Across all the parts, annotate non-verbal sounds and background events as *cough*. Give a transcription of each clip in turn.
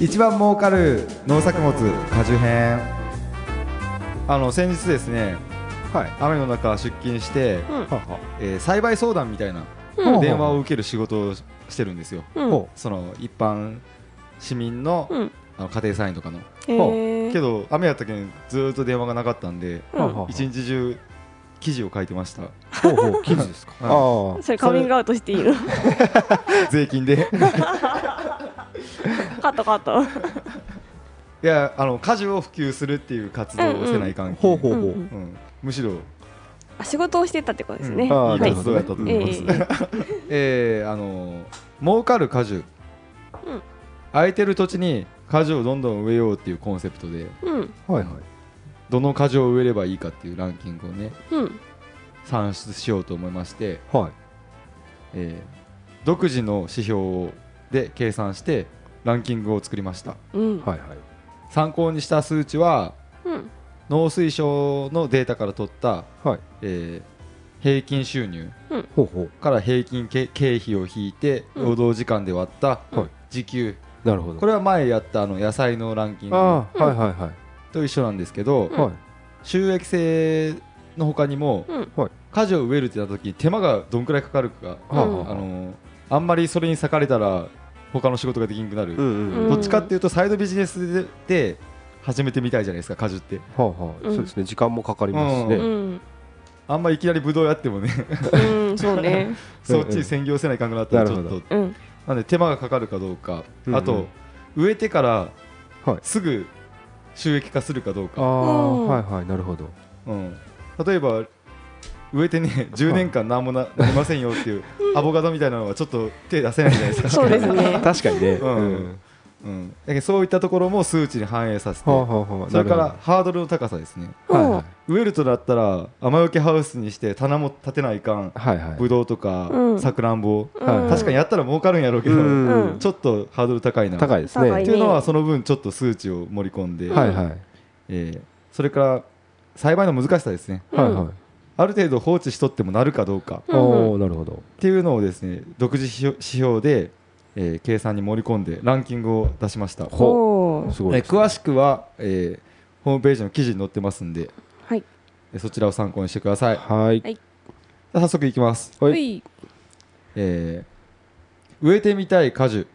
一番儲かる農作物果樹編あの先日ですねはい雨の中出勤して、うんははえー栽培相談みたいなうん電話を受ける仕事をしてるんですようほんその一般市民の,、うんあの家庭菜園とかのへーけど雨やったけんずーっと電話がなかったんでううんはは一日中記事を書いてました、ほうほう記事ですかあはあそれカミングアウトしていいのい税金でカットカットいやあの家事を普及するっていう活動をせない関係、ほうほうほうんううんうんむしろ、あ仕事をしてたってことですね、うんあいーいはい活動やったと思いえます、ええーあのー儲かる果樹、うん空いてる土地に果樹をどんどん植えようっていうコンセプトでうんはいはいどの果樹を植えればいいかっていうランキングをねうん算出しようと思いまして、はいえー独自の指標をで計算してランキングを作りましたうんはいはい参考にした数値はうん農水省のデータから取った、はいえー平均収入ほうほうから平均け経費を引いてうん労働時間で割ったはい時給、なるほどこれは前やったあの野菜のランキングああはいはいはと一緒なんですけど、いはい収益性の他にも、うんはい家事を植えるってなった時手間がどんくらいかかるか、はああはあのあんまりそれに割かれたら他の仕事ができなくなる、うんうんうどんっちかっていうとサイドビジネスで始めてみたいじゃないですか果樹ってはあはうあんそうですね時間もかかりますしううねん、あんまいきなりブドウやってもねうん、そ *laughs* うねそっちに専業せないかんくなったらちょっなとるうんなんで手間がかかるかどうか、うんうんあと植えてからはいすぐ収益化するかどうあか、うあんはいはいなるほどうん、例えば植えてね10年 *laughs* 間何もななりませんよっていうアボカドみたいなのはちょっと手出せないじゃないですか *laughs* そうですね確かにねうんうんうん、だけどそういったところも数値に反映させて、はあはあはあそれかならるハードルの高さですねほどはいはい植えるとなったら雨よけハウスにして棚も立てないかんはいはいぶどうとかうんさくらんぼはい確かにやったら儲かるんやろうけど、うんちょっとハードル高いな高いですね高っいていうのはその分ちょっと数値を盛り込んで、はいはいえーそれから栽培の難しさですねはいはいある程度放置しとってもなるかどうかうんおおなるほどっていうのをですね独自指標指標で、えー計算に盛り込んでランキングを出しました、ほおーすごいえー詳しくは、えーホームページの記事に載ってますんではいえーそちらを参考にしてくださいはい早速いきます、ははいいえー植えてみたい果樹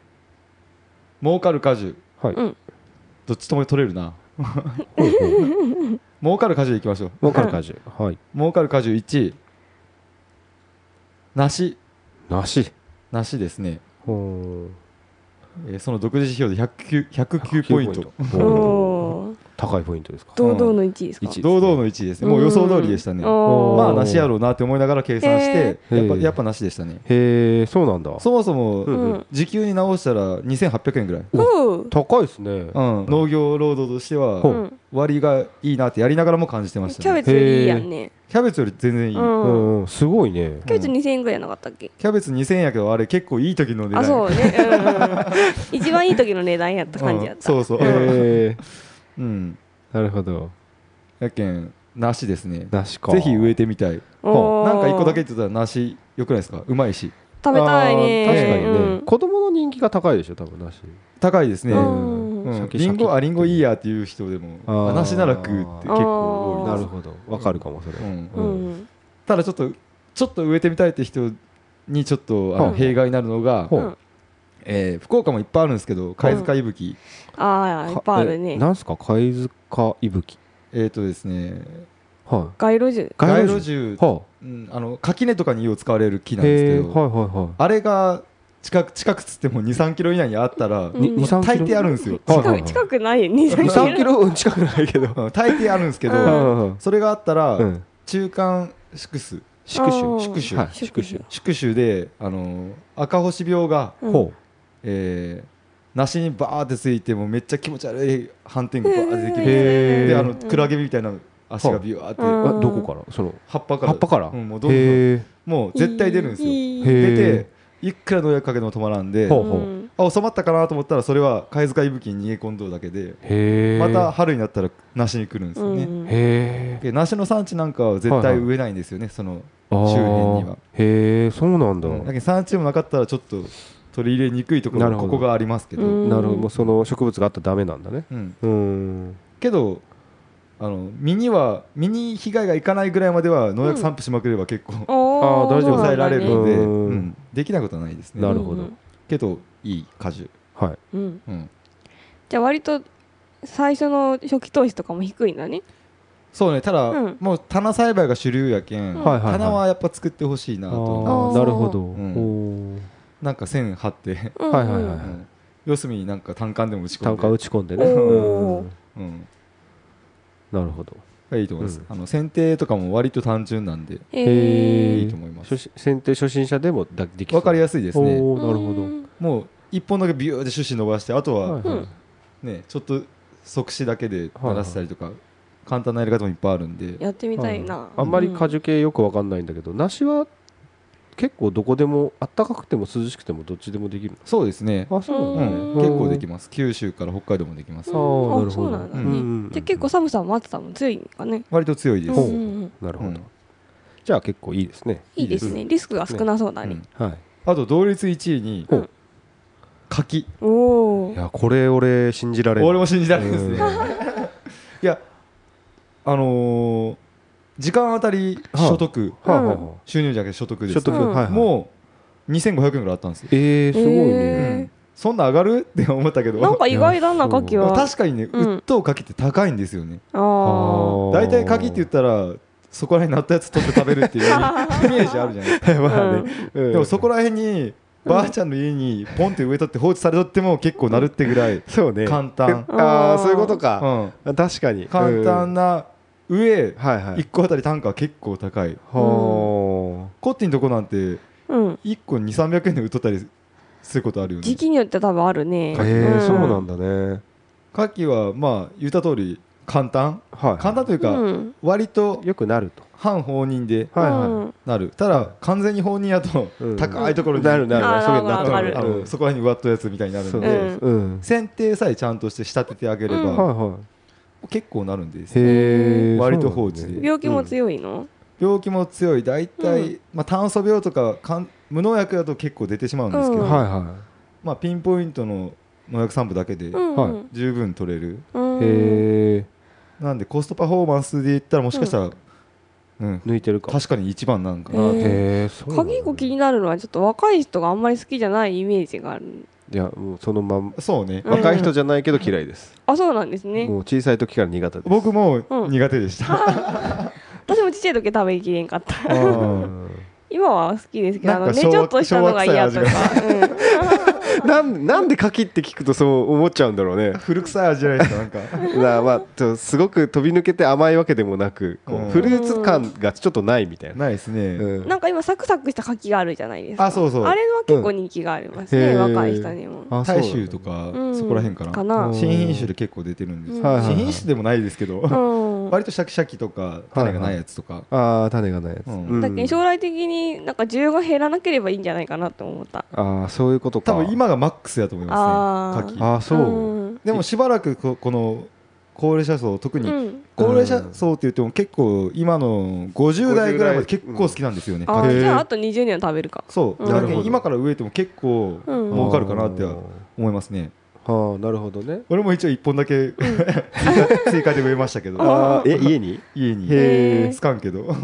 儲かる果樹はいうんどっちとも取れるなほうほう儲かる果樹いきましょうわかる感じはい儲かる果樹1位梨梨梨ですね、ほうえーその独自指標で 109, 109ポイントほうおー高いポイントですか堂々の1位ですか一堂々の1位ですねもう予想通りでしたねうんおーまあ梨やろうなって思いながら計算してへやーっぱやっぱ梨でしたねへえそうなんだそもそもうんうん時給に直したら2800円ぐらい、おー高いですねうん、農業労働としてほはうん割がいいなってやりながらも感じてましキたャねベツよりいいやんねキャベツより全然いい、うんうんすごいねキャベツ2000円ぐらいなかったっけキャベツ2000円やけどあれ結構いい時の値段あそうねうん一番いい時の値段やった感じやったうんそうそう、へ *laughs* えうんなるほどやけん梨ですね梨かぜひ植えてみたいおーなんか一個だけって言ったら梨よくないですかうまいし食べたいねあー確かにうねん子供の人気が高いでしょ多分梨高いですね、ううんんシャキシャキリンゴあリンゴいいやっていう人でもあーあ梨なら食うって結構多ないるですほどわかるかもそれうんううんただちょっとちょっと植えてみたいって人にちょっとあうのん弊害になるのが、ほううんえー福岡もいっぱいあるんですけど貝塚いぶき、ああいっぱいあるえねなんすか貝塚いぶきえっ、とですねは街路樹い街路樹樹、はうん、あの垣根とかによう使われる木あなんですへえけはいど、はいはあれが近く近くつっても23キロ以内にあったら、んいに23キ大ロ抵あるんですよ、はいは近いく近くないよね23キロうん近くないけどうん大抵あるんですけど、ううんんうんそれがあったら、うん中間宿主宿あ主ー宿主ははいい宿主宿主であの赤星病が、うんほえー梨にバーってついてもうめっちゃ気持ち悪い斑点がバーってできる、へーであのクラゲみたいな足がビワーって、ううんあどこからその葉っぱから葉っぱからうんもうどんどんへえもう絶対出るんですよいいへえ出ていくら農薬かけても止まらんでほううんあ収まったかなと思ったらそれは貝塚いぶきに逃げ込んどるだけでへえまた春になったら梨に来るんですよね、うんへえで梨の産地なんかは絶対植えないんですよね、そのあー周辺にはへえそうなんだうんだけど産地でもなかったらちょっと取り入れにくいとこなろるがほこどこがありますけど、うんなるほどもうその植物があったらダメなんだねうんうんけどあの身には身に被害がいかないぐらいまでは農薬散布しまくれば結構、 *laughs* おあー大丈夫抑えられるうのんで、うんうんできなことはないですねなるほどけどいい果樹、はいど、うん、うん、じゃあ割と最初の初期投資とかも低いんだねそうねただ、うんもう棚栽培が主流やけん、うんはいはいはい棚はやっぱ作ってほしいあなとーあーなるほどうんおーなんか線張って、 *laughs* うんうんはいはいうはいん四隅になんか単管でも打ち込単価ん打で、ち込んでねおーうんうん、なるほどいいと思います、うんあの剪定とかも割と単純なんでへへーえいいと思います初心選定初心者でもだできわかりややすいですねおーなるほどもう一本だけビューで種子伸ばしてあとは、はいはいね、ちょっと即死だけで鳴らしたりとか、簡単なやり方もいっぱいあるんでやってみたいなあんまり果樹系よくわかんないんだけど、梨は結構どこでもあったかくても涼しくてもどっちでもできるそうですね、あそううなんだん、ね結構できまます九州から北海道もできます、うあーんなるあほどそうなんだね、うんうんじゃあ結構寒さも待ってたもん強いんかね割と強いです、ほううんなるほど、うんじゃあ結構いいですねいいですねリスクが少なそうだうねんはいあと同率1位にうん柿おおいやこれ俺信じられない俺も信じ *laughs* られないですね、うんいやあのー時間あたりはい所得、はあはあはあ収入じゃなくて所得です所得、うんはいはい、もう2500円ぐらいあったんですよ、えー、すごえいね、ーうんそんな上がるって思ったけど *laughs* なんか意外だな牡蠣でもは確かにね、うんうっとう柿って高いんですよねあー大体柿って言ったらそこら辺になったやつ取って食べるっていうイメージあるじゃないですかたらまあね、うんでもそこら辺にばあちゃんの家にポンって植えたって放置されとっても結構なるってぐらい、そうね簡単えああーあそういうことか、うん確かに簡単な、な上うんはいはい1個あたり単価は結構高いはコッティのとこなんてうん1個2 3 0 0円で売っとったりすることあるよね時期によって多分あるあねへえんそうなんだね牡蠣はまあ言った通り簡単はい簡単というか、うん割とよくなると反放任ではいはいうんなるただ完全に放任やとうん高いところになるなるあーそういうのわかあるのあのそこら辺にわっとやつみたいになるそんうで、ですうん剪定さえちゃんとして仕立ててあげれば、うはいは結構なるんですいよへえ割と放置で病気も強いの病気も強い大体、うんまあ、炭素病とかかん無農薬だと結構出てしまうんですけど、うんはいはまあ、ピンポイントの農薬散布だけでうんはい十分取れる、うんいへえなんでコストパフォーマンスで言ったらもしかしたら、うん抜いてるか確かに一番なんかな、へーへえそうなんだ鍵子気になるのはちょっと若い人があんまり好きじゃないイメージがあるいやもうそのまんそうね、うん若い人じゃないけど嫌いですあそうなんですねもう小さい時から苦手です僕もうん苦手でした、私もちっちゃい時食べきれんかった *laughs* ううんん今は好きですけどあのなんねかち昭和ょっとしたのが嫌とか昭うん *laughs* なんなんで柿って聞くとそう思っちゃうんだろうね *laughs* 古臭い味じゃないですかなんかなまあちょすごく飛び抜けて甘いわけでもなくこううんフルーツ感がちょっとないみたいなないですね、うんなんか今サクサクした柿があるじゃないですかあそうそうあれは結構人気がありますね、うんへー若い人にもあそう大衆とかうんそこら辺かな,、かな新品種で結構出てるんです、うんはいはいはい新品種でもないですけど、うん *laughs* 割とシャキシャキとか種がないやつとか、ああ種がないやつうんうんだけど将来的になんか需要が減らなければいいんじゃないかなと思ったああそういうことか多分今がマックスやと思いますねあー牡蠣ああそうでもしばらくここの高齢者層特うん、に、うん高齢者層って言っても結構今の50代ぐらいまで結構好きなんですよね、あ牡蠣ーじゃああと20年は食べるかそう、うだんけなるほどど今から植えても結構うん儲かるかなってはあ思いますね、ーはあなるほどね俺も一応1本だけ追加 *laughs* 追加で植えましたけどあーえ家に家にへーつかんけど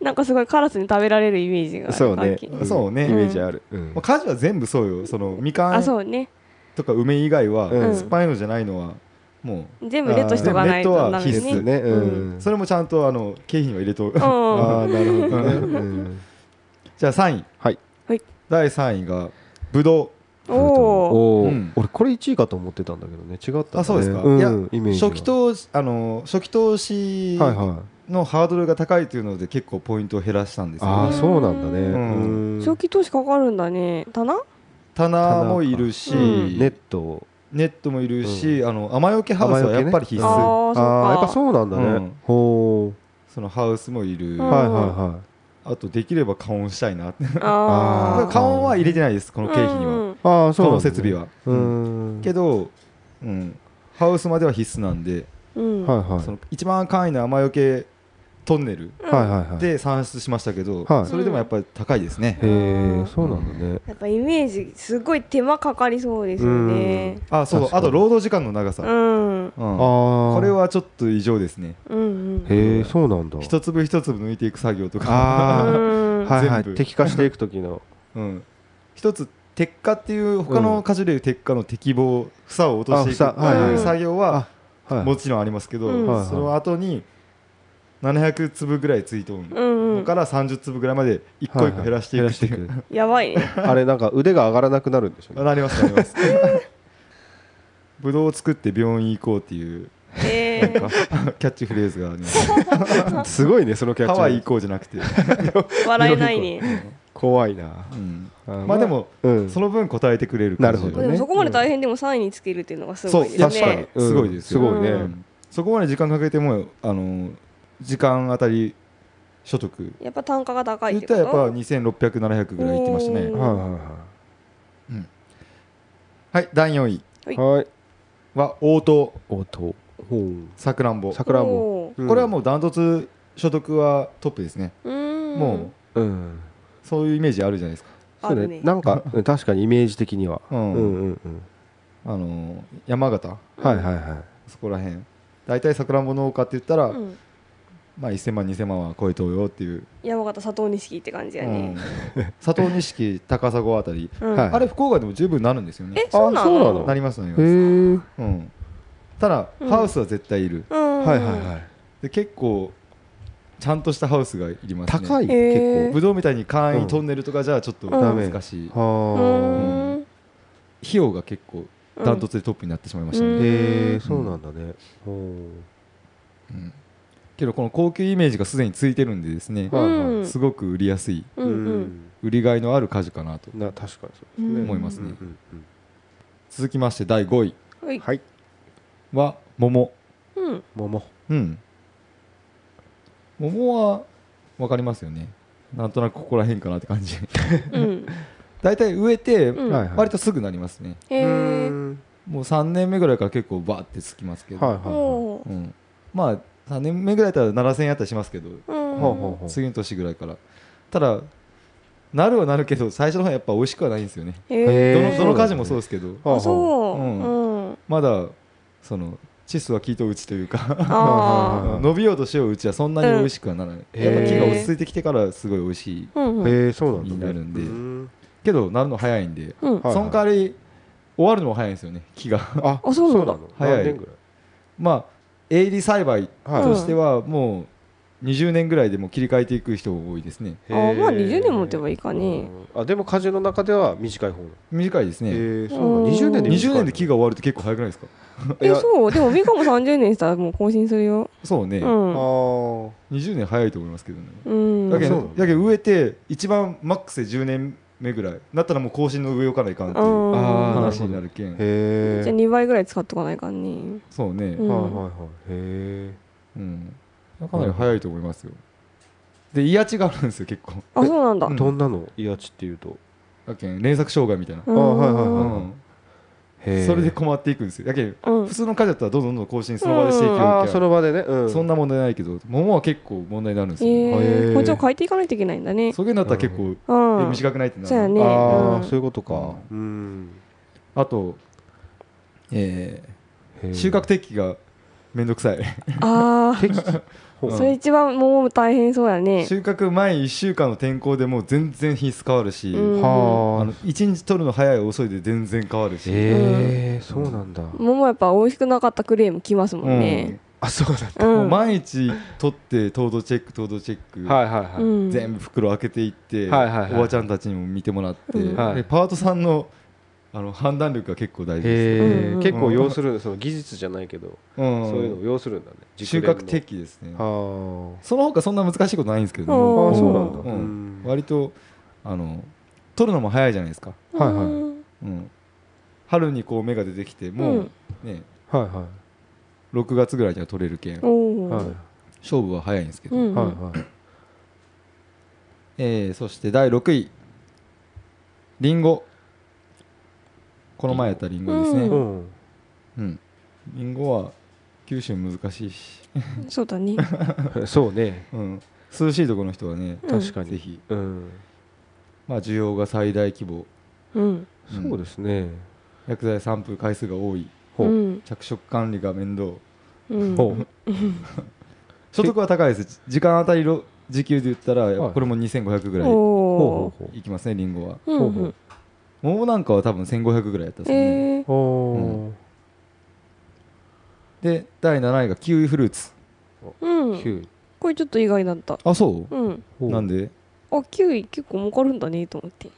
なんかすごいカラスに食べられるイメージがあるそうね牡蠣んそうねイメージあるうんまあ家事は全部そうよそのみかあんそうねとか梅以外はうん酸っぱいのじゃないのはも全部レッドしとかないあとーダメネでッすトねは必須ねううんそれもちゃんとあの経費には入れとうんあああなるほどねうん *laughs* じゃあ3位はいはい第3位がぶどおおおうーん俺これ1位かと思ってたんだけどね違ったんだねあそうですかんいやイメうージが初期投資あの初期投資はいはいのハードルが高いというので結構ポイントを減らしたんですよあねあそうなんだねうんうん初期投資かかるんだね棚棚もいるし棚かうんネットネットもいるしあの雨よけハウスはやっぱり必雨よ須あーそっかああやっぱそうなんだうねんほそのハウスもいるううんはいはいはいあとできれば加温したいなってあーー加温は入れてないですこの経費にうはんああそこうのなんだね設備はうんけどうんハウスまでは必須なんでうんはいはいその一番簡易な雨よけトンネルはいはいはいで算出しましたけど、はいそれでもやっぱり高いですね、へえそうなんだねやっぱイメージすごい手間かかりそうですよねあそう確かあにと労働時間の長うさ、んうんうんああこれはちょっと異常ですねうんへえそうなんだ一粒一粒抜いていく作業とか、あーうんはいはい全部敵化していく時の *laughs* うん、一つ鉄火っていう他の果樹類鉄火の適棒房を落としていくあっ房てはいはいいう作業ははいもちろんありますけど、うんはいはいその後に700粒ぐらいついとんうのんうんから30粒ぐらいまで一個一個減らしていくっていう、はいはい減らしてやばいね *laughs* いくあれなんか腕が上がらなくなるんでしょ *laughs* うねなりますなりますぶどうを作って病院行こうっていうえなんかキャッチフレーズがありますすごいねそのキャッチハフワレーイズ行こうじゃなくて、ー笑えないね怖いなうんあまあでも、うんその分答えてくれるなるほどでねもそこまで大変でも3位につけるっていうのがすそごういです確ねかにうんすごいですよすごいねうんうんそこまで時間かけてもあの時間あたり所得やっぱ単価が高い言っってたこらとやっぱ2600700ぐらいいってましたおねーはいははい第4位いはいはいは応答音ほうさくらんぼこ桜もおーれはもうダントツ所得はトップですねうーんもうんうんうそういうイメージあるじゃないですかそうあねるねな *laughs* んかうん確かにイメージ的にはううんんうんうんあの山形はいはいはいそこら辺大体さくらんぼ農家って言ったら、うんまあ、1000万2000万は超えとうよっていう、山形佐藤錦って感じやねうん佐藤錦高砂あたりうんはいあれ福岡でも十分なるんですよねえそうなあそうなののなりますなりますへえうん、ただ、うんハウスは絶対いるうんはいはいはいで結構ちゃんとしたハウスがいりますね高いへー結ブドウみたいに簡うん易トンネルとかじゃちょっとダ難メしい、費構はあう用が結構ーんダントツでトップになってしまいましたね、うんへえそうなんだねほうんけどこの高級イメージがすでについてるんでですねう、んすごく売りやすいうんうんうん売りがいのある果樹かなとな確かにそううねん思いますねうんうんうん続きまして第5位はいはいは桃うん桃うん桃は分かりますよねなんとなくここら辺かなって *laughs* 感じうん大体植えてうんはいはい割とすぐなりますね、へえうんもう3年目ぐらいから結構バーってつきますけど、はいはいはいおーうん、まあ3年目ぐらいだったら7000円あったりしますけど、うんほうほうほう次の年ぐらいからただなるはなるけど最初の方はやっぱ美味しくはないんですよね、へどーのどの家事もそうですけどはあそううんうんまだそのチスは効いとうちというかああ *laughs* ー伸びようとしよううちはそんなに美味しくはならない、やっぱ木がへー落ち着いてきてからすごい美味しいあうんうんへえそうなんだねになるんでうんけどなるの早いんで、うんはいその代わり終わるのも早いんですよね木がああそうなんだの早い何年ぐらいまあ営利栽培はいとしてはもう20年ぐらいでもう切り替えていく人が多いですねあーまあ20年持てばいいかねうんあでも果樹の中では短い方短いですね、えそうなんだ20年で20年で木がが終わるって結構早くないですかいえやそうでもミカも30年したらもう更新する *laughs* よそうね、うんあ20年早いと思いますけどね、うんだけそど、うなんだだけど植えて一番マックスで10年目ぐらいなったらもう更新の上をかないかんっていうんうあー話になるけんーへえじゃあ2倍ぐらい使っとかないかんねそうね、うんはいはいはいへうんかなり早いと思いますよで癒ちがあるんですよ結構あそうなんだうえんどんなのいやちっていうとだけん連作障害みたいな、うんあはいはいはういんへーそれで困っていくんですよだけどうん普通の家だったらどんどんどんどん更新その場でしていけるけあどあその場でねうんそんな問題ないけど桃は結構問題になるんですよ、えへえー包丁変えていかないといけないんだねそういうのだったら結構うんえ短くないってなるそうやねあうあんそういうことかうんあと、えへーー収穫適期がめんどくさいああ適期うんそれ一番もう大変そうや *laughs* ね収穫前1週間の天候でもう全然品質変わるし、うんあはの1日取るの早い遅いで全然変わるし、へえそうなんだ桃やっぱ美味しくなかったクレームきますもうんんね。あそうなんう。もうん毎日取って糖度チェック糖度チェック、だはいはいはいうん全部袋開けていって、はいはいはいおばちゃんたちにも見てもらって、うんはいでパートさんのあの判断力が結構大事です、へうえん結構要するその技術じゃないけどうんそういうのを要するんだね収穫適期ですねあーその他そんな難しいことないんですけどね、あおーーそうなんだううん割とあの取るのも早いじゃないですか、はいはいうんうん、春にこう芽が出てきてもう、ね、はいは6月ぐらいには取れるけんおお。いはい勝負は早いんですけど、うんはいはいえーそして第6位りんごこの前やったりんごですうねうんうんりんごは九州難しいし、そうだ *laughs* ね。そうねうん、涼しいところの人はね、うん確かぜにひ、うん、まあ、需要が最大規模うん。うんそうですね薬剤散布回数が多いほう、うん。着色管理が面倒うん。ほう *laughs* 所得は高いです時間あたりの時給で言ったらはいこれも2500ぐらいおほーうほういきますねリンゴはうほうんほう。うん桃なんかは多分1500ぐらいやったんですよね、えー。ほううんで第7位がキウイフルーツうおーん。九これちょっと意外だった。あそうん。ほうなんであ、キウイ結構儲かるんだねと思って。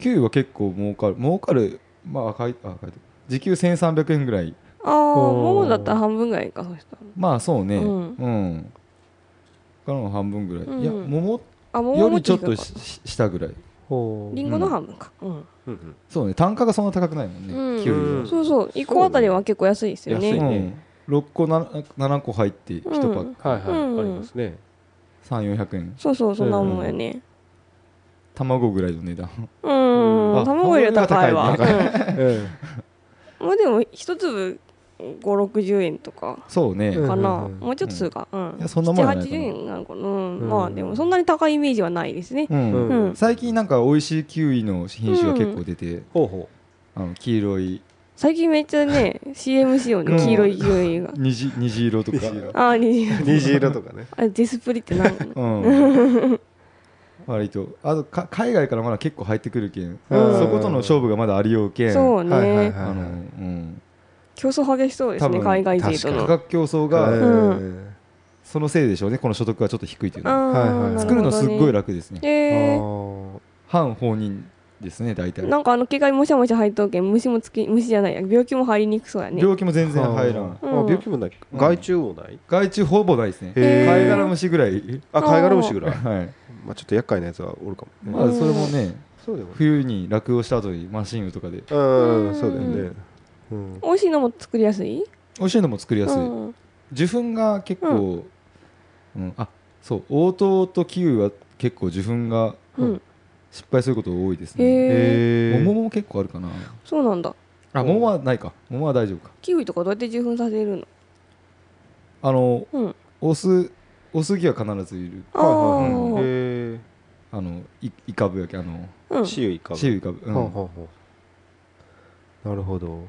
キウイは結構儲かる儲かるまあ赤いあ赤い時給1300円ぐらいああ、もおーうだったら半分ぐらいか、そしたら。まあそうねううんん、他の半分ぐらい、うんいや桃あ、もうよりちょっとりしし下ぐらいほうリンゴの半分か。うん。うんうんそうね単価がそんな高くないもんね、うんキウイはうんそうそう。一個あたりは結構安いですよ安いね。うん、6個 7, 7個入って1パうッんクはいはい、うんありますね3400円そうそう、そんなもんやね。卵ぐらいの値段うんあ。卵より高いわ。卵ようんえまあでも一粒560円とか *laughs* そうね、うんかな、うんもうちょっとするか、うんいやそんなもんやないかな780円なのかな、うんうんまあでもそんなに高いイメージはないですねうえんうんうん最近なんか美味しいキウイの品種が結構出て、ほうほあの黄色い最近めっち *laughs* ゃね CM 仕様うんの黄色い牛乳 *laughs* が、虹虹色とか、色ああ虹う *laughs* 虹色とかねあデスプリって何なのうん、 *laughs* 割とあとか海外からまだ結構入ってくるけん、そことの勝負がまだありようけんそうね、はいはいはいあの、うん、競争激しそうです多ね分海外勢と価の格競争が、んそのせいでしょうねこの所得がちょっと低いというのはあーはいはないほどね作るのすっごい楽ですねえー反放任ですね大体なんかあの毛がもしゃもしゃ入っとうけん虫もつき虫じゃないや病気も入りにくそうやね病気も全然入らんあうん病気もないうん害虫もない害虫ほぼないですねへ貝ー殻虫ぐらいあ貝殻虫ぐらいはいまあちょっと厄介なやつはおるかもねまあそれもねそうでも冬に落語した後にマシンウとかでうんそうだよねうん美味しいのも作りやすい美味しいのも作りやすいうん受粉が結構うんあそう応答とキウイは結構受粉がうん、失敗すること多いですねへええ桃も結構あるかなそうなんだあ桃はないか桃は大丈夫かキウイとかどうやって受粉させるのあのうんオスオスギは必ずいるああはいー、えあのいイカブやけあのうん、シウイカシウイカブ、うんほうほうほうなるほど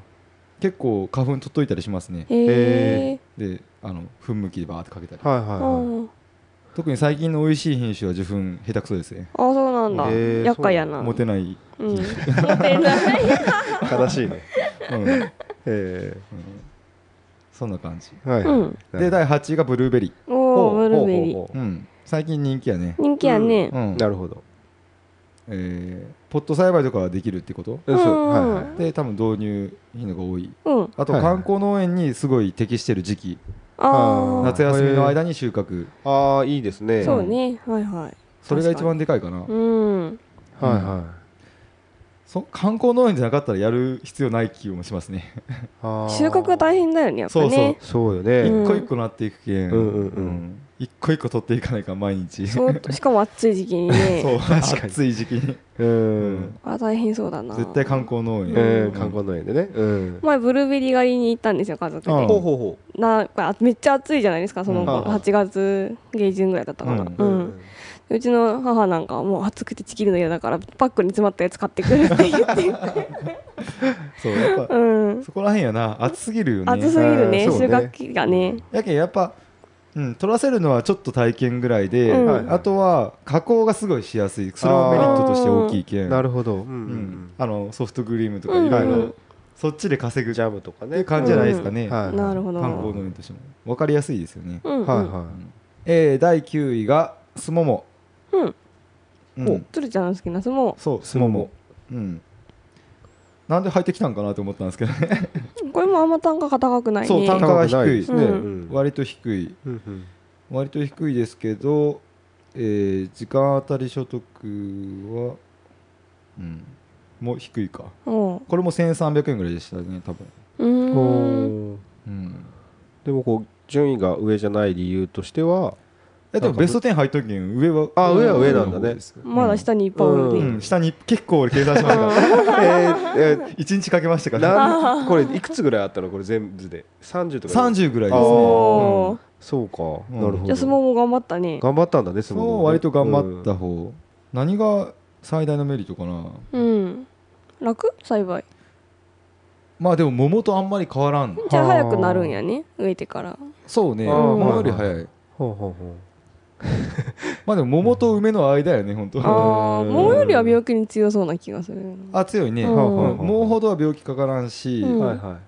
結構花粉取っといたりしますねへえ。であの噴霧器でバーってかけたりはいあはー特に最近の美味しい品種は受粉下手くそですねあー、そうなんだ。へー厄介やな。モテない、うん。モテ *laughs* ない。いはい悲しいねうんう *laughs* んえそんな感じえはいうはん。いで第8位がブルーベリおお、ブルーベリー。ほうー、ほうほうん、最近人気やね、人気やねう。んうなるほどえーポット栽培とかはできるってことうんそうはいはいで多分導入頻度が多いうん。あとはいはい観光農園にすごい適してる時期、ああ。夏休みの間に収穫ああいいですねそうね。はいはい。それが一番でかいかな、うん。はいはそ観光農園じゃなかったらやる必要ない気もしますねいあー収穫が大変だよね、やっぱそうそうね。そうようねん一個一個なっていくけん、うんうんうん一個一個取っていかないから毎日そうそうしかも暑い時期 *laughs* にね。確かに暑い時期にうんあ、大変そうだな。絶対観光農園、えうえん観光農園でねうん前ブルーベリー狩りに行ったんですよ、家族うんで。ほうほうほなんかめっちゃ暑いじゃないですか、そのうん8月下旬ぐらいだったかな。うんううん。うちの母なんかはもう暑くてちぎるの嫌だからパックに詰まったやつ買ってくるって言って、そうやっぱ、うん、そこらへんやな暑すぎるよね暑すぎるねそうね収穫期がねやけんやっぱ、うん、取らせるのはちょっと体験ぐらいで、うんあとは加工がすごいしやすいそれもメリットとして大きいけんなるほどうんううんんあのソフトクリームとかいろいうんうろんそっちで稼ぐジャムとかっていねう感じじゃないですかね、はいはいなるほど観光農園としても分かりやすいですよね、うんうん、はいはえー第9位がすもも、うんうんお鶴ちゃんの好きな相撲そうすももうんなんで入ってきたんかなと思ったんですけどねこれもあんま単価が高くないねそう単い価が低い高くないですねううん割と低いうんうん割と低いですけど、えー時間あたり所得はうんもう低いかうんうこれも1300円ぐらいでしたね多分ーんほううんでもこう順位が上じゃない理由としてはえでもベスト10入っとるけん上はあ上は上なんだねですまだ下にいっぱいおるうで、ん下に結構俺計算しました *laughs* からえーえー1日かけましたからなんこれいくつぐらいあったのこれ全部で30とか30ぐらいですねおうおん、そうか、うんなるほじゃどあ相撲も頑張ったね頑張ったんだねそ相撲もねう割と頑張ったうん方何が最大のメリットかなうん楽栽培まあでも桃とあんまり変わらんじゃあ早くなるんやね植えてからそうねあー桃より早いほうほうほうまあでも桃と梅の間やね本あ当あー桃よりは病気に強そうな気がするあ強いねううんん桃ほどは病気かからんしうんはいは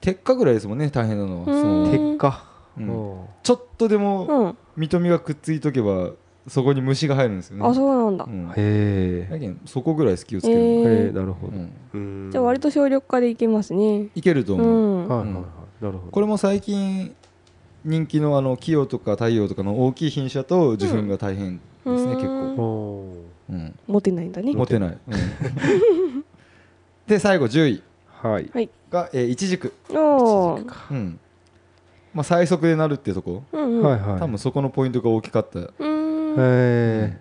鉄火ぐらいですもんね大変なのはうんそのい結果ううんんちょっとでもうん見とみがくっついとけばそこに虫が入るんですよねあそうなんだうんへえだけどそこぐらい気をつけへるへええなるほどうんうんじゃあ割と省力化でいけますねいけるとう思うんはいはいはいなるほどこれも最近人気のあの清とか太陽とかの大きい品種だと受粉が大変ですね、うん結構、おーうん、モテないんだね持てない、うん *laughs* で最後10位はいはいが、えー、イチジク、おーうんまあ、最速でなるってとこうんうんはいはい多分そこのポイントが大きかったうーんへ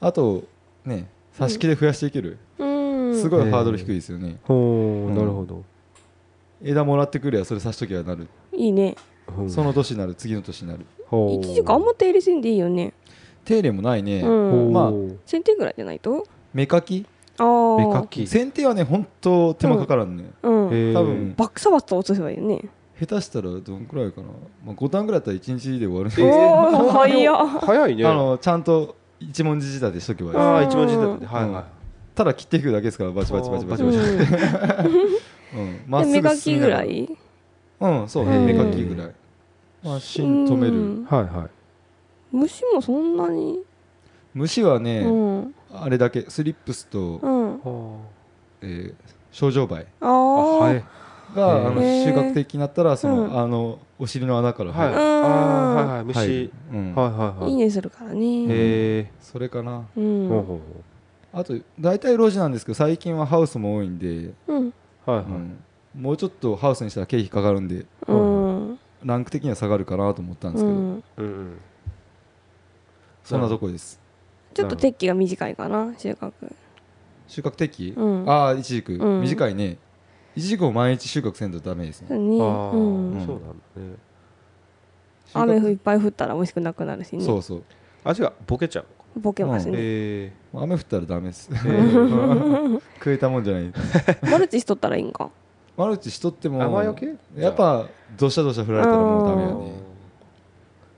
あとね挿し木で増やしていける、うんすごいハードル低いですよね、えほううんなるほど枝もらってくればそれ挿しときゃなる、いいねうんその年になる次の年になるほう一時間あんま手入れせんでいいよね手入れもないね、うんまあ剪定ぐらいじゃないと芽かきああ目かき剪定はね本当手間かからんね、うん多分バックサバッと落とせばいいよね下手したらどんくらいかな、まあ、5段ぐらいだったら1日で終わるんでおお早っ *laughs* 早いねあのちゃんと一文字仕立てしとけばいいですああ一文字だってはいはただ切っていくだけですからバチバチバチバチうバチ、んでうん、まっす芽ぐか進きみぐながらいうんそうねうん芽かきぐらいまあ芯止めうるんいはいはい虫もそんなに虫はうねんあれだけスリップスとうんえー症状梅ああはいがあのへー収穫的になったらそうのんあのお尻の穴からはい入るあーは入いはい虫るうんはいはいはいいいねするからねへそれかなうえんほうほうあと大体路地なんですけど最近はハウスも多いんでうんほうはいうはいんもうちょっとハウスにしたら経費かかるんでうんランク的には下がるかなと思ったんでうすけど、んうんうんそんなとこですちょっと適期が短いかな収穫収穫適、うんああイチジク、うん短いねイチジクを毎日収穫せんとダメですそねうねあうんあそうなんだね収穫雨いっぱい降ったら美味しくなくなるしそねうそう味がボケちゃうボケますねへ雨降ったらダメです *laughs* *laughs* えへ食えたもんじゃないマルチしとったらいいんかマルチしとっても雨よけやっぱどしゃどしゃ振られたらもうダメえや *laughs* やっね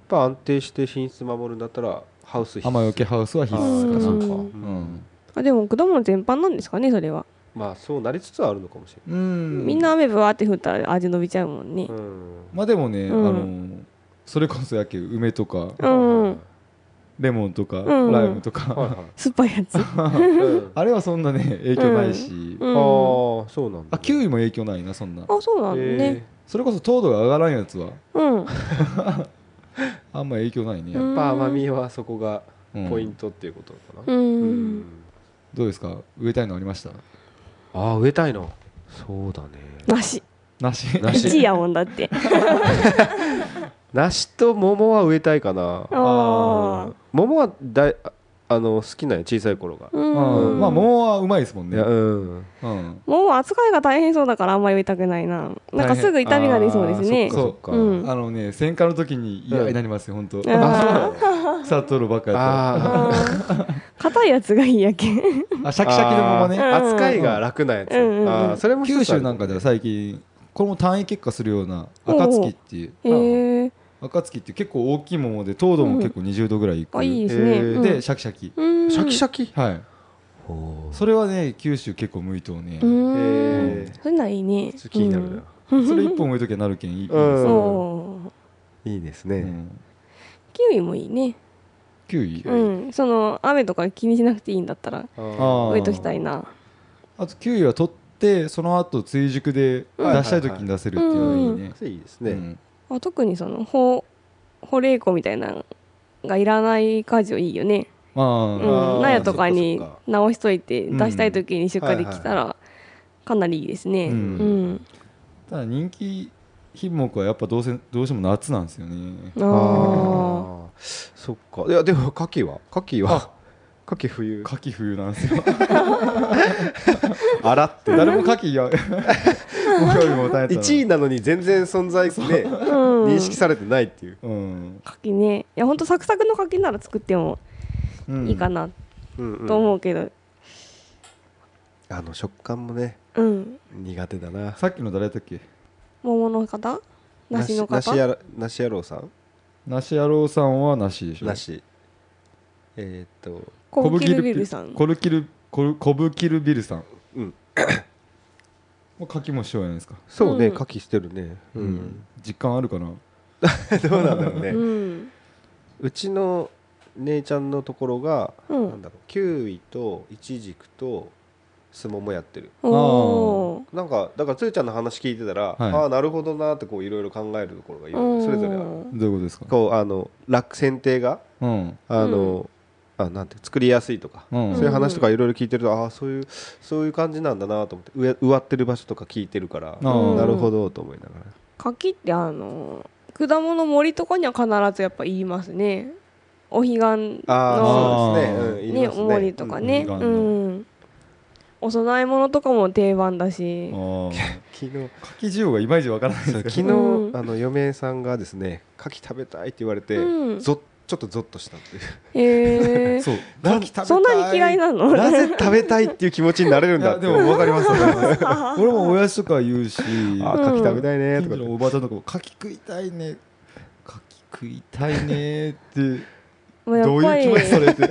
ぱ安定して品質守るんだったらハウス必須雨よけハウスは必あ須かーなそううんかううんんあでも果物全般なんですかねそれはまあそうなりつつあるのかもしれうんみんな雨ぶわーって降ったら味伸びちゃうもんねないうんまあでもね、うんあのそれこそやけ梅とかうんレモンとか、うんライムとか、はいはい酸っぱい *laughs* やつうんああれはそんなね影響ないし、うんあそうなんだあキウイも影響ないなそんなあそうなんだねへそれこそ糖度が上がらんやつはうんあんま影響ないね、えやっぱ甘みはそこがポイントっていうことかうなうんんどうですか植えたいのありましたああ植えたいのそうだねなしなしなし1位やもんだ *laughs* って梨と桃は植えたいかなああ桃はだいああの好きなんや小さい頃がう *laughs* うんんまあ桃はうまいですもんいねやうんうんもう扱いが大変そうだからあんまり植えたくないななんかすぐ痛みが出そうですねあーそっかそっかうんあのね戦火の時に嫌うんになりますよ本当あーあそうなの草取るばっかやっあーうん硬いやつがいいや *laughs* けんたらあシャキシャキのままあねーうん扱いが楽なやつ、うんうんうんあーそれも一つあ九る州なんかでは最近これも単位結果するようなうん暁っていうへえ暁って結構大きい桃で糖度も結構20度ぐらいいくあいいでですねへーうんシャキシャキうんシャキシャキはいそれはね九州結構向いとうねうんへーそんなんいいねちょっと気になるな、それ一本置いときゃなるけんいいうんうんそういいですね、うんキウイもいいねキウイウイうんその雨とか気にしなくていいんだったらあーー植えときたいなあとキウイは取ってその後追熟で出したい時に出せるっていうのがいいねそれいいですね、うんあ特にそのほ保冷庫みたいなのがいらない家事はいいよね、うまああーん、納屋とかにそっかそっか直しといてうん出したい時に出荷できたはいらかなりいいですねううんん、ただ人気品目はやっぱどうせどうしても夏なんですよねあああーそっかいやでも牡蠣は牡蠣は牡蠣冬牡蠣冬なんですよ *laughs* 洗って誰も牡�持 *laughs* が興味持た *laughs* れた1位位なのに全然存在ねうん認識されてないっていう、うん柿ねいやほんとサクサクの柿なら作ってもうんいいかなうんうんと思うけどあの食感もねうん、苦手だなさっきの誰やったっけ桃の方梨の梨方やら梨野郎さん梨野郎さんは梨でしょ梨えーっとコブキルビルさんコルキルコルコブキルビルさんうん *coughs* もう柿もしようじゃないですかそうねうん牡蠣してるねうん、実感あるかなどうなんだろうね、ううんちの姉ちゃんのところが、うんなんだろうキウイとイチジクとスモもやってるおおなんかだからつーちゃんの話聞いてたら、はいああなるほどなってこういろいろ考えるところがいろいろそれぞれあるどういうことですかこうあの楽選定がうんあの、あなんて作りやすいとか、うんそういう話とかいろいろ聞いてるとああそういうそういう感じなんだなと思って植え植わってる場所とか聞いてるから、うんなるほどと思いながら柿ってあの果物森とかには必ずやっぱ言いますねお彼岸のああそうですね、あーうん、言いねますね森とかねうんお彼う岸のんお供え物とかも定番だしああ昨日柿需要がいまいちわからないです昨け日、うんあの嫁さんがですね牡蠣食べたいって言われて、うんぞちょっとゾッとしたっていうへえ *laughs* どそう何食べたいそんなに嫌いなのなぜ食べたいっていう気持ちになれるんいだやってでもわかり *laughs* ますわかります俺も親父とか言うしあー牡蠣食べたいね近と所かってのおばあちゃんとかも柿食いたいね柿食いたいねって *laughs* もうやどっうぱいう気持ちさりれ *laughs* て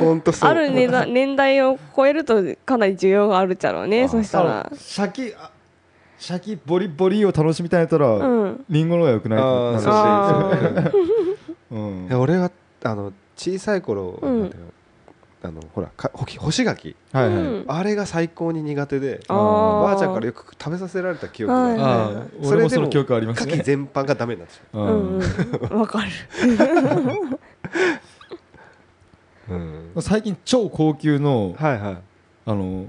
本当そうある年 *laughs* 代年代を超えるとかなり需要があるじゃろうあねーそしたらシャキあシャキボリボリを楽しみたいんやったうらんリンゴの方がよくないあーなそうあうんいや俺はあの小さい頃、うんなんだよあのほらかほき干し柿はいーはいあれが最高に苦手であーばあちゃんからよく食べさせられた記憶があって、はいああそ俺れもでそもの記憶あります牡ね蠣全般がダメになってしううんんうんわかるまう、うん最近超高級のはいはいあの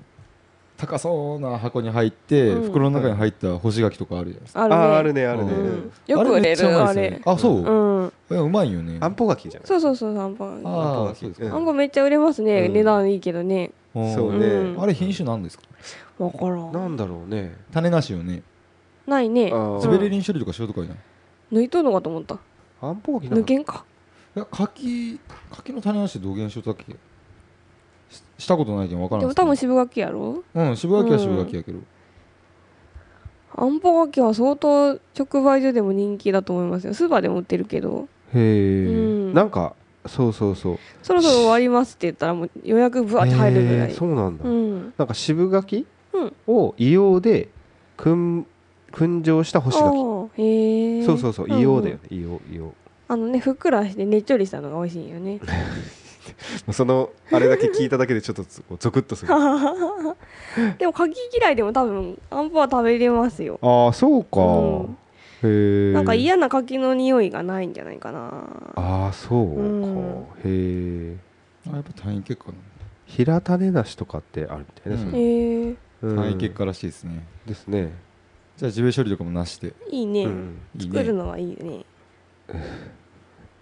高そうな箱に入ってうん袋の中に入った干し柿とかあるじゃないですかああるねーあるねあるね、うんよく売れるああれれあそううんうんいやうまいよねあんぽ柿じゃないそうそうそうあんぱんああああんぽそう柿ですうんんこめっちゃ売れますねうん値段いいけどねそかうね、うんあれ品種なんですかわからんなんだろうね種なしよねないねあー滑り輪処理とかしようとかじゃない抜いとんのかと思ったあんぽ柿な抜んかけんかいや柿柿の種なしで同源しようとだっけししたことないけど分からでないも多分渋柿やろうん渋柿は渋柿やけどあんぽ柿は相当直売所でも人気だと思いますよスーパーでも売ってるけどへえ、うんなんかそうそうそうそろそろ終わりますって言ったらもう予約ぶわって入るぐらへーいそうなんだ、うんなんか渋柿うんを硫黄でくん燻蒸した干し柿あーへえそうそうそう、硫黄だよんね、硫黄、硫あのねふっくらしてねっちょりしたのが美味しいんよね黄。その、あれだけ聞いただけで、ちょっとずこうゾクッとする。あ *laughs* でも柿嫌いでも多分あんぽは食べれますよあ、そうか。うんへえ。なんか。嫌な柿の匂いがないんじゃないかなああ、そうか。うんへえ。あやっぱ単位結果な平種なしとかってあるみたいな、うんそへれえうのん単位結果らしいですねですね。じゃあ自分処理とかもなしでいいね、うんいい作るねのはいいよね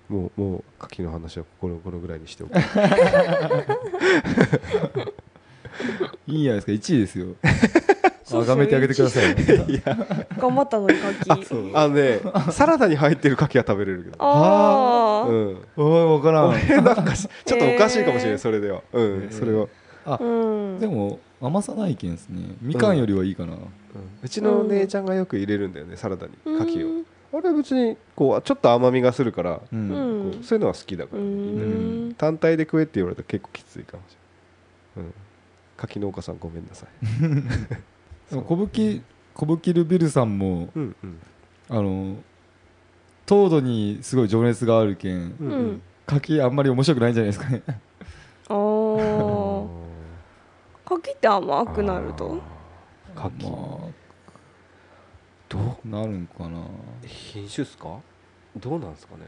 もう、もう、牡蠣の話は、この、このぐらいにしておく。いいんじゃないですか1位ですよあがめてあげてください頑張ったのに *laughs* 柿ああのね、サラダに入ってる牡蠣は食べれるけど。あーうん。おい分からんなん *laughs* かし、ちょっとおかしいかもしれなへーい、それでは。うん、それは。うんでも甘さないけんですねみかんよりはいいかな、うんうちの姉ちゃんがよく入れるんだよね、サラダに、牡うん蠣を。あれは別にこうちょっと甘みがするから、ううんこんうそういうのは好きだかうら、みんなねん単体で食えって言われたら結構きついかもしれない、うん、柿農家さんごめんなさい、でも小ぶき小ぶきルビルさんもうんうんあの糖度にすごい情熱があるけんうんうん柿あんまり面白くないんじゃないですかねあ *laughs* ーあー柿って甘くなるとあー柿、まどあなるんかな品種ですかどうなんですかね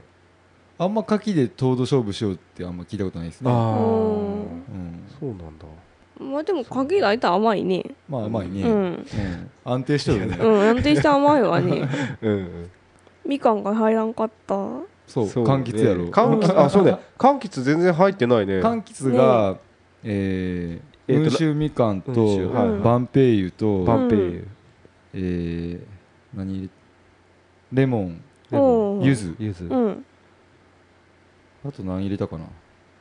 あんま柿で糖度勝負しようってあんま聞いたことないですねあーうんうん、そうなんだまあでも柿大体甘いねまあ甘いね、ううんん安定してるよね *laughs* うん安定して甘いわねうんみかんが入らんかったそうそう柑橘やろね *laughs* 柑橘あそうね *laughs* 柑橘全然入ってないね柑橘が、えーえーと温州みかんと温州はいはいバンペイユと、パンペイうユえー何入れレモンレモおンー柚子柚子うんあと何入れたかな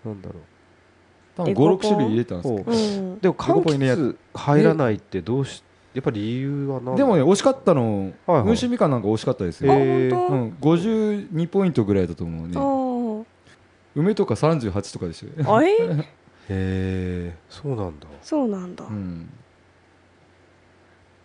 なんだろ多分えこ56こ種類入れたんですけううどんうでもこ柑こにね橘入らないってどうしやっぱり理由は何でもね惜しかったのはいはい温州みかんなんか惜しかったですえよ、ーあう本ん、52ポイントぐらいだと思う当、ね梅とか38とかでしたよね、あ *laughs* あえへえそうなんだそうなんだ、うん、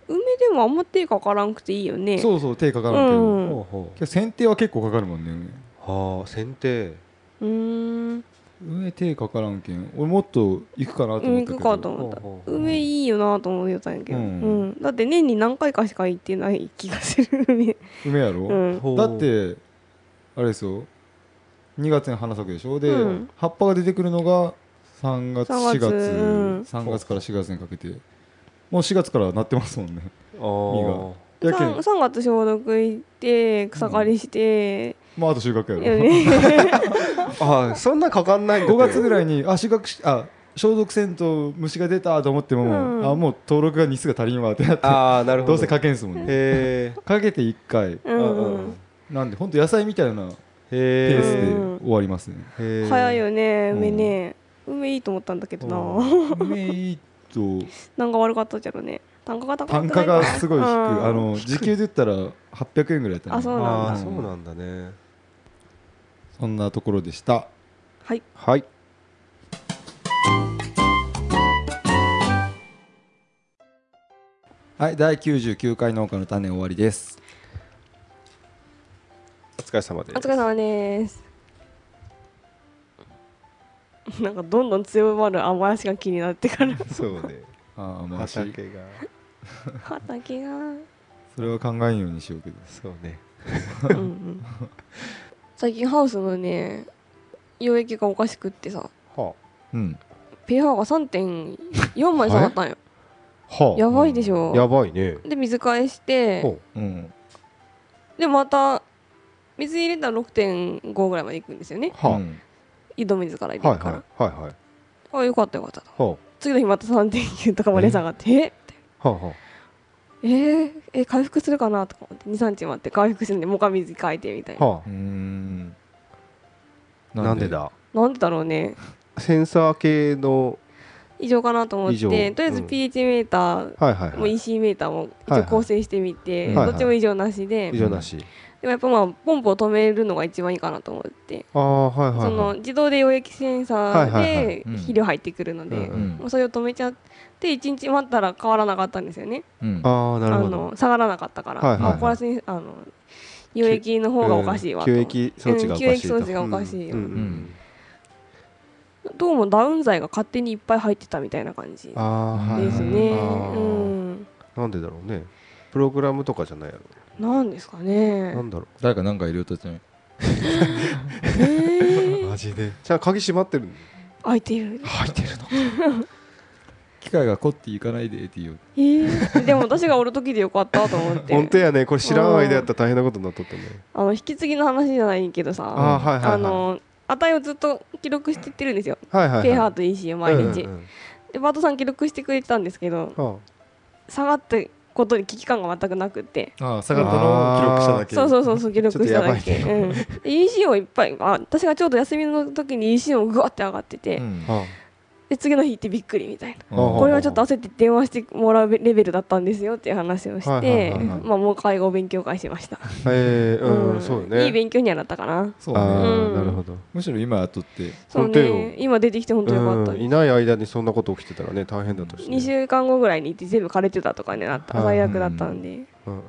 梅でもあんま手かからんくていいよねそうそう手かからんけど、うんほうほうけど剪定は結構かかるもんねああ剪定うーん梅手かからんけん俺もっと行くかなと思梅った行けくどかと思ったほうほう梅いいよなと思ってたんやけど、ううんんだって年に何回かしか行ってない気がする *laughs* 梅梅やろ、うんほうだってあれですよ2月に花咲くでしょで、うん葉っぱが出てくるのが3月3 4月月うん3月から4月にかけてもう4月からなってますもんねあーやけん 3, 月消毒行って草刈りして、まああと収穫やよろねあーそんなかかんないんだ5月ぐいらいにあ収穫しあ消毒せんと虫が出たと思っても、うんあもう登録が日数が足りんわってなってああなるほどどうせかけんすもんねへかけて1回う *laughs* えんなんでほんと野菜みたいなペへースえで終わりますね、早いよねうん梅ね、梅いいと思ったんだけどうな梅いいと *laughs* なんか悪かったじゃろね単価が高くない単価がすごい低い、うんあの時給で言ったら800円ぐらいやったねあそうなんだああそうなんだねそんなところでしたはいはいはい第99回農家の種終わりですお疲れ様でお疲れ様ですなんかどんどん強まる甘やしが気になってからそうねああまあし畑が畑がうんそれは考えんようにしようけどそうねうん最近ハウスのね溶液がおかしくってさはうん、 pH が3.4まで下がったんよあはあやばいでしょやばいねで水返してほうん、でまた水入れたら6.5ぐらいまでいくんですよねうはあうん井戸水から入れはいるから、はいはいはいあよかったよかったとは次の日また3.9とかまで下がってえあはあはえーえ回復するかなとか思って23日待って回復するんでもう一回水変えてみたいあなはうーんあなんでだなんでだろうねセンサー系の異常かなと思っ異常てとりあえずうん pH メーターはいはいもはい EC メーターもはい一は応い構成してみて、はいはいどっちも異常なしで、以上なしでもやっぱまあポンプを止めるのが一番いいかなと思って、ああはいはいその自動で溶液センサはいはいーはでうん肥料入ってくるので、うんもうそれを止めちゃって1日待ったら変わらなかったんですよねうんああなあるほどの下がらなかったから、はいはいはいあこれはせんあの溶液の方がおかしいわとうん思吸って、液装置がうん吸液装おかしいと置がおかしいようんうんうんどうもダウン剤が勝手にいっぱい入ってたみたいな感じああはいですね、あーうんなんでだろうねプログラムとかじゃないやろなんですかねなんだろ誰か何か入れようとしたねねえうマジでじゃあ鍵閉まってる開いてる入ってるの機械が凝っていかないでっていうえーでも私がおる時でよかったと思って本当やねこれ知らん間やったら大変なことになっとったねあの引き継ぎの話じゃないけどさああはいはいはいあの値をずっと記録してってるんですよ、はいはいは pH いと EC を毎日、うんうんうんでパートさん記録してくれてたんですけどは下がったことに危機感が全くなくってああ下がったのを記録しただけそうそうそうそう記録しただけ、ちょっとうん、で EC をいっぱいあ私がちょうど休みの時に EC をぐわって上がってて、うんあはで次の日行ってびっくりみたいな。ああこれはちょっと焦って電話してもらうレベルだったんですよっていう話をして、はいはいはいはいまあもう会合勉強会しました。あええうんそうねいい勉強にはなったかな。そうあねあうんなるほどむしろ今やっとってそう本当よね。今出てきて本当よかったうん。いない間にそんなこと起きてたらね大変だとして2週間後ぐらいに行って全部枯れてたとかねなったはい最悪だったんで、うんうんうん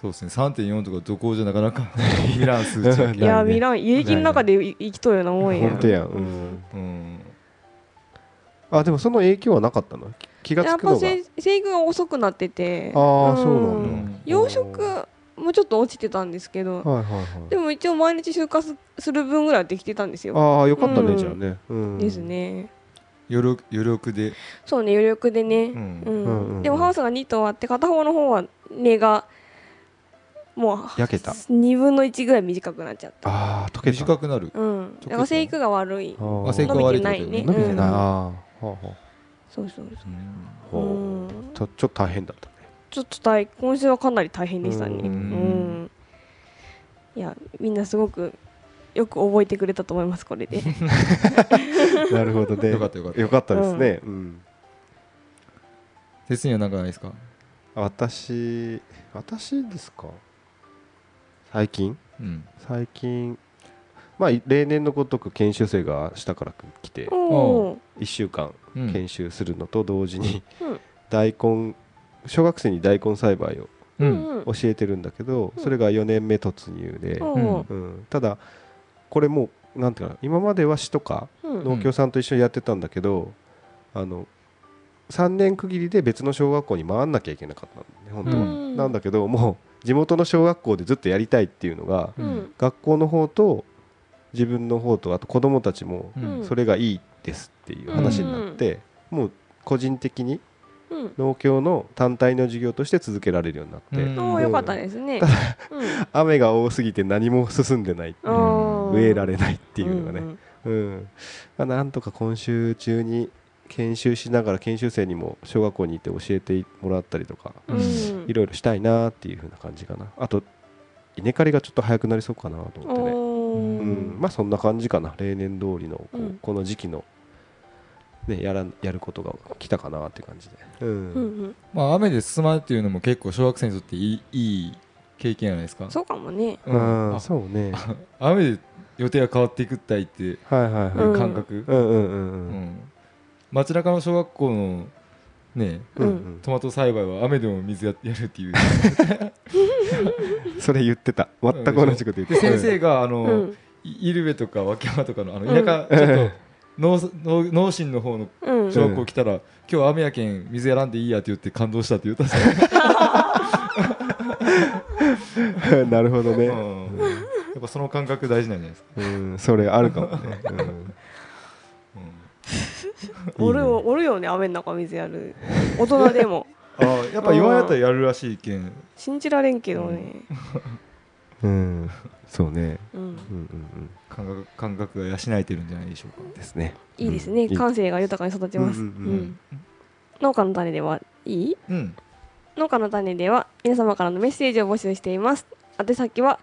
そうですね3.4とかどこじゃなかなか見らん数値 *laughs* やけいんやないねミラン家の中でい生きとるようなもんや本当やんううんんうんあでもその影響はなかったのき気がやつっくぱのが生生育が遅くなっててああそううなんん養殖もちょっと落ちてたんですけだどはいはいはいでも一応毎日収穫すする分ぐらいはできてたんですよああよかったうねんじゃあねうんですね余力余力でそうね余力でねうんうんうんうんうんでもハウスが2頭あって片方の方は根がもう焼けた2分の1ぐらい短くなっちゃったああ溶けた短くなるうんちょっとだから生育が悪いあーあ生育が悪いってことだよ伸びて伸ないねびてない、うんあーはあはそうそううんあそう、ほうんうちょちょっと大変だったねちょっと大今週はかなり大変でしたねううんんいやみんなすごくよく覚えてくれたと思いますこれで *laughs* なるほどねよかったよかったよかったですね、うん鉄にはなんかないですか私私ですか最近うん最近まあ例年のごとく研修生が下から来ておお1週間うん研修するのと同時に、 *laughs* うん大根小学生に大根栽培をううんん教えてるんだけど、うんそれが4年目突入で、おおうんただこれもうなんていうかな今までは市とかうん農協さんと一緒にやってたんだけど、あの3年区切りで別の小学校に回んなきゃいけなかったんで本当は、うんなんだけどもう地元の小学校でずっとやりたいっていうのがううんん学校の方と自分の方とあと子どもたちもうんうんそれがいいですっていう話になって、もう個人的にうん農協の単体の授業として続けられるようになって、うんおおよかったですねうん雨が多すぎて何も進んでないんおお植えられないっていうのがね、んうんまあ、なんとか今週中に研修しながら研修生にも小学校に行って教えてもらったりとかうんうんいろいろしたいなっていう風な感じかなあと稲刈りがちょっと早くなりそうかなと思ってね、うおうおん、まあそんな感じかな例年通りのこううんこの時期の、ね、やらやることが来たかなって感じで、うんうんうんまあ雨で進まないっていうのも結構小学生にとっていいいい経験じゃないですかそうかもねうんあそう *laughs* ね雨で予定が変わっていくったいっていうはいはいはい、うん感覚うんうんううんん街中の小学校のねうんううんんトマト栽培は雨でも水ややるって *laughs* いううんそれ言ってた全く同じこと言っでてた先生があうのん入部とか脇山とかのあのうん田舎ちょっと農農農親の方のうん小学校来たら「今日雨やけん水やらんでいいや」って言って感動したって言ったんですようん *laughs* なるほどね、うんやっぱその感覚大事なんじゃないですかうん、それあるかも *laughs* ね。 *laughs* うんいいねおるよおるよね雨の中水やる大人で *laughs* もあやっぱ言わんやったらやるらしいけん信じられんけどねうん、そうね。うんうんうん感覚感覚が養えてるんじゃないでしょううん。ですね。いいですうね。んいい感性が豊かに育ちます。ううんんうんうん農家の種ではいい？かうん農家の種では皆様からのメッセージを募集しています。宛先は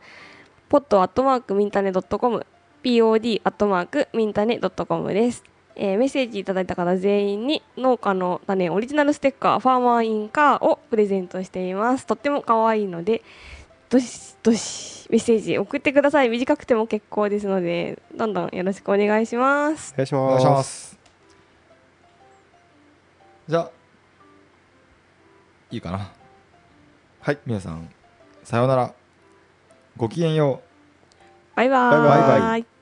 ポットアットマークミンタネドットコム、pod アットマークミンタネドットコムです。えーメッセージいただいた方全員に農家の種オリジナルステッカーファーマーインカーをプレゼントしています。とっても可愛いので。どしどしメッセージ送ってください短くても結構ですのでどんどんよろしくお願いしますお願いしおま願す。いしま。すじゃあいいかなはい皆さんさようならごきげんようバイバーバイバイイ